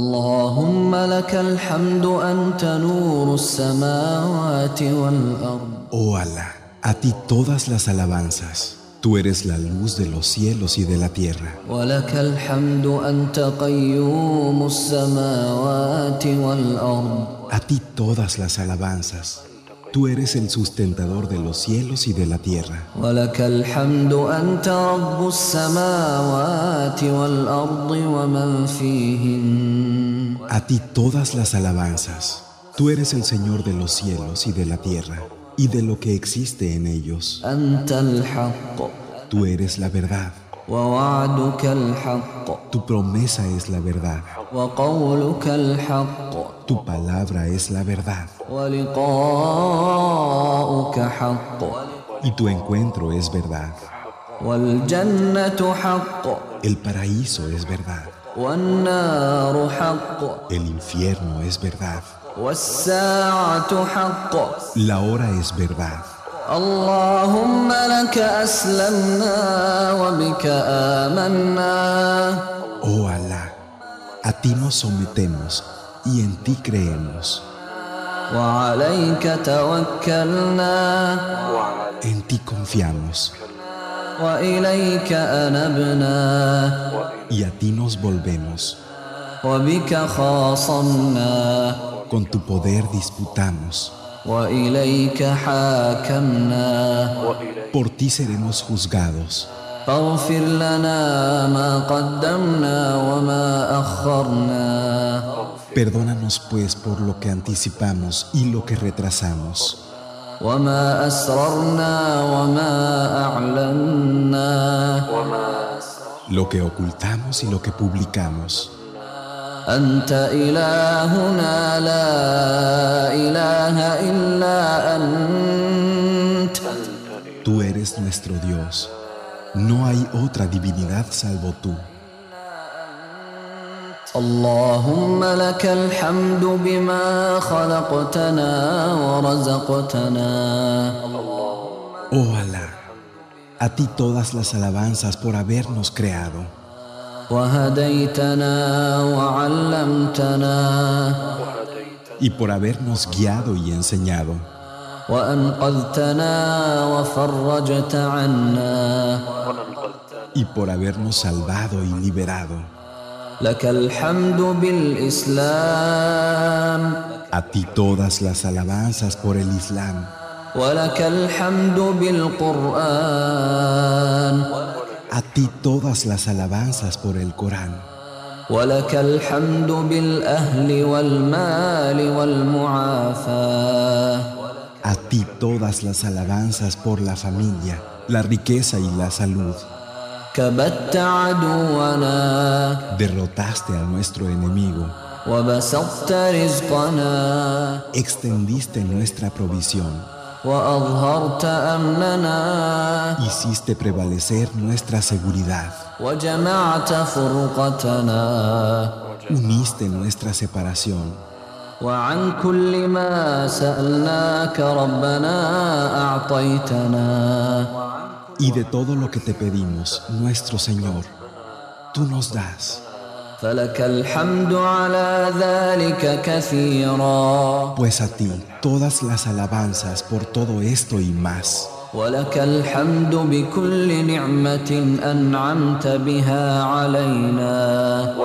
اللهم لك الحمد أنت نور السماوات والأرض Oh Alá, a ti todas las alabanzas. Tú eres la luz de los cielos y de la tierra. ولك الحمد أنت قيوم السماوات والأرض A ti todas las alabanzas. Tú eres el sustentador de los cielos y de la tierra. ولك الحمد أنت رب السماوات والأرض ومن فيهن A ti todas las alabanzas. Tú eres el Señor de los cielos y de la tierra, y de lo que existe en ellos. أنت الحق Tú eres la verdad. ووعدك الحق Tu promesa es la verdad. وقولك الحق Tu palabra es la verdad. ولقاؤك حق Y tu encuentro es verdad. والجنة حق El paraíso es verdad. والنار حق El infierno es verdad. والساعة حق La hora es verdad. اللهم لك أسلمنا وبك آمنا Oh Alá, a ti nos sometemos y en ti creemos. وعليك توكلنا En ti confiamos وإليك أنبنا y a ti nos volvemos. وبك خاصمنا Con tu poder disputamos. وإليك حاكمنا Por ti seremos juzgados. فاغفر لنا ما قدمنا وما أخرنا Perdónanos pues por lo que anticipamos y lo que retrasamos, وما أسررنا وما أعلنا lo que ocultamos y lo que publicamos. أنت إلهنا لا إله إلا أنت Tú eres nuestro Dios. No hay otra divinidad salvo tú. اللهم لك الحمد بما خلقتنا ورزقتنا Oh Alá, a ti todas las alabanzas por habernos creado. وهديتنا وعلمتنا y por habernos guiado y enseñado, وأنقذتنا وفرجت عنا y por habernos salvado y liberado. لك الحمد بالإسلام A ti todas las alabanzas por el Islam, ولك الحمد بالقرآن a ti todas las alabanzas por el Corán, ولك الحمد بالأهل والمال والمعافاة a ti todas las alabanzas por la familia, la riqueza y la salud. كبت عدونا Derrotaste a nuestro enemigo, وبسطت رزقنا extendiste nuestra provisión, وأظهرت أمننا hiciste prevalecer nuestra seguridad, وجمعت فرقتنا uniste nuestra separación. وعن كل ما سألناك ربنا أعطيتنا Y de todo lo que te pedimos, nuestro Señor, tú nos das. فلك الحمد على ذلك كثيرا Pues a ti todas las alabanzas por todo esto y más. ولك الحمد بكل نعمة أنعمت بها علينا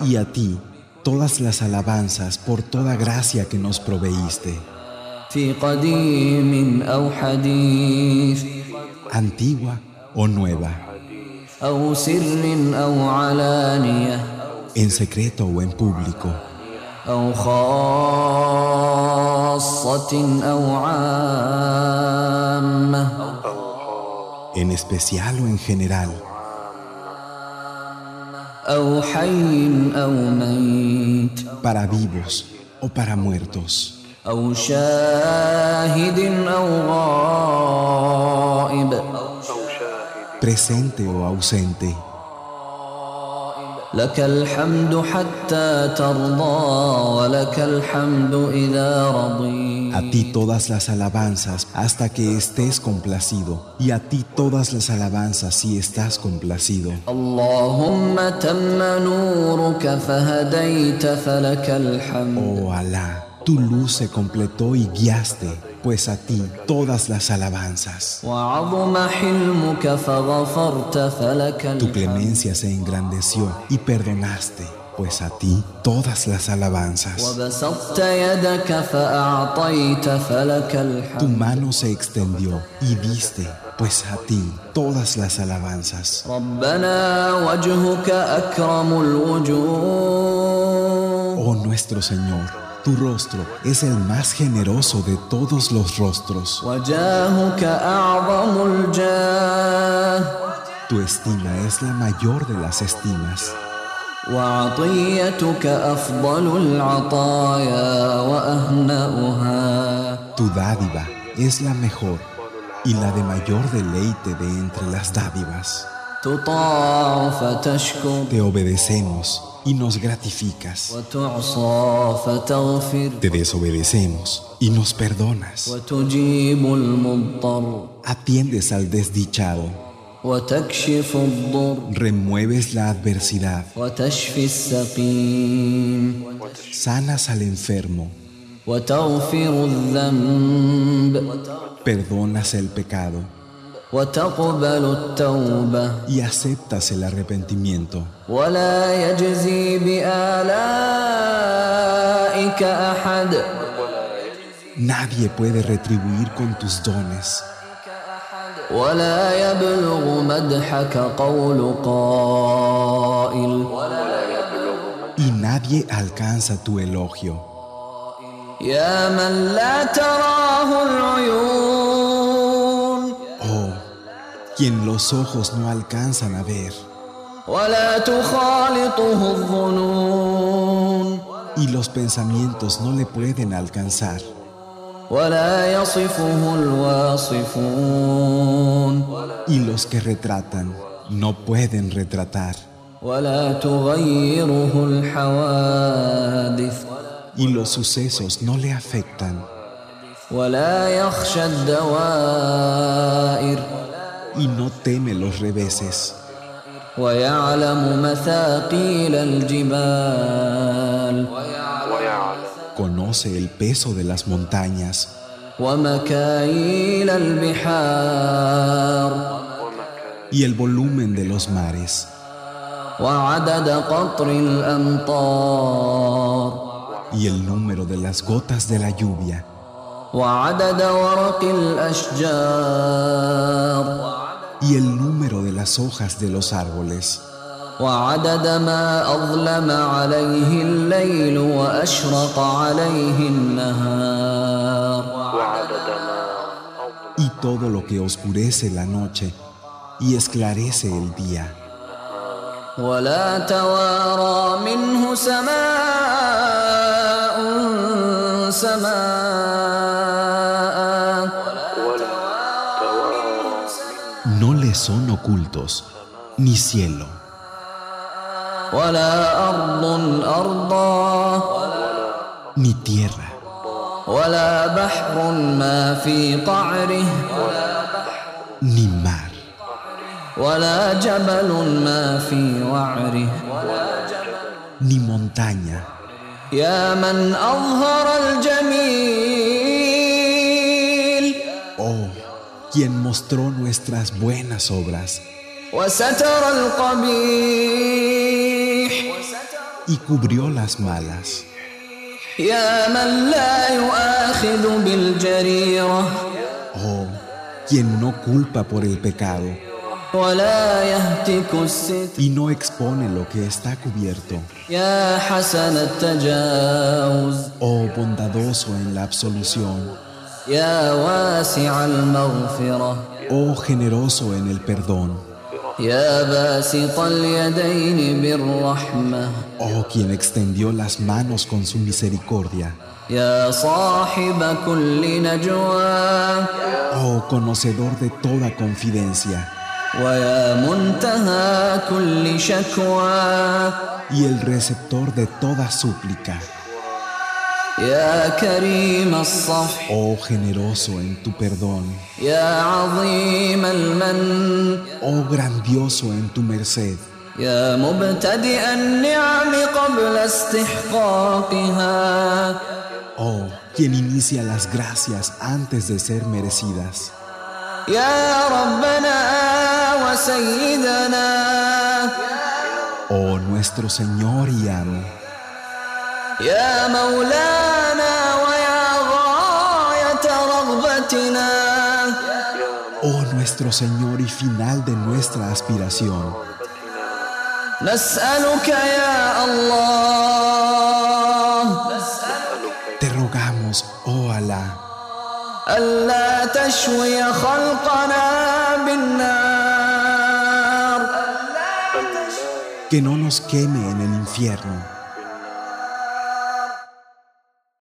Y a ti todas las alabanzas por toda gracia que nos proveíste, في قديم أو حديث antigua o nueva, أو سر أو علانية en secreto o en público, أو خاصة أو عامة en especial o en general, أو حي أو ميت para vivos o para muertos, أو شاهد أو غائب presente o ausente. لك الحمد حتى ترضى ولك الحمد إذا رضيت A ti todas las alabanzas hasta que estés complacido, y a ti todas las alabanzas si estás complacido. اللهم تم نورك فهديت فلك الحمد Oh Alá, tu luz se completó y guiaste, pues a ti todas las alabanzas. وعظم حلمك فغفرت فلك Tu الحمد clemencia se engrandeció y perdonaste, pues a ti todas las alabanzas. وبسطت يدك فأعطيت فلك Tu الحمد mano se extendió y diste, pues a ti todas las alabanzas. ربنا وجهك أكرم الوجوه Oh nuestro Señor, tu rostro es el más generoso de todos los rostros. وجاهك أعظم الجاه Tu estima es la mayor de las estimas وعطيتك أفضل العطايا وأهنأها Tu dádiva es la mejor y la de mayor deleite de entre las dádivas. تطاع فتشكر Te obedecemos y nos gratificas. وتعصى فتغفر Te desobedecemos y nos perdonas. وتجيب المضطر Atiendes al desdichado, وتكشف الضر remueves la adversidad, وتشفي السقيم sanas al enfermo, وتغفر الذنب perdonas el pecado وتقبل التوبة y aceptas el arrepentimiento. ولا يجزي بآلائك أحد Nadie puede retribuir con tus dones. ولا يبلغ مدحك قول قائل y nadie alcanza tu elogio. يا من لا تراه العيون Oh, quien los ojos no alcanzan a ver ولا تخالطه الظنون y los pensamientos no le pueden alcanzar, ولا يصفه الواصفون y los que retratan no pueden retratar, ولا تغيره الحوادث y los sucesos no le afectan, ولا يخشى الدوائر y no teme los reveses, ويعلم مثاقيل الجبال conoce el peso de las montañas ومكاييل البحار y el volumen de los mares, وعدد قطر الأمطار y el número de las gotas de la lluvia, وعدد ورق الأشجار y el número de las hojas de los árboles. وعدد ما أظلم عليه الليل وأشرق عليه النهار y todo lo que oscurece la noche y esclarece el día, ولا توارى منه سماء سماء no le son ocultos ni cielo, ولا أرض أرضا ni tierra, ولا بحر ما في قعره ni mar, ولا جبل ما في وعره ni montaña, يا من أظهر الجميل oh, quien mostró nuestras buenas obras وستر القبيح y cubrió las malas, يا من لا يؤاخذ بالجريرة oh, quien no culpa por el pecado ولا يهتك الستر y no expone lo que está cubierto, يا حسن التجاوز oh, bondadoso en la absolución, يا واسع المغفرة oh, generoso en el perdón. يا باسط اليدين بالرحمة Oh, quien extendió las manos con su misericordia. يا صاحب كل نجوى Oh, conocedor de toda confidencia. ويا منتهى كل شكوى y el receptor de toda súplica. يا كريم الصفح Oh generoso en tu perdón, يا عظيم المن oh grandioso en tu merced, يا مبتدئ النعم قبل استحقاقها oh quien inicia las gracias antes de ser merecidas. يا ربنا وسيدنا Oh nuestro Señor y amo, يا مولانا ويا غاية رغبتنا oh nuestro Señor y final de nuestra aspiración. نسألك يا الله Te rogamos, oh Alá, ألا تشوي خلقنا بالنار que no nos queme en el infierno,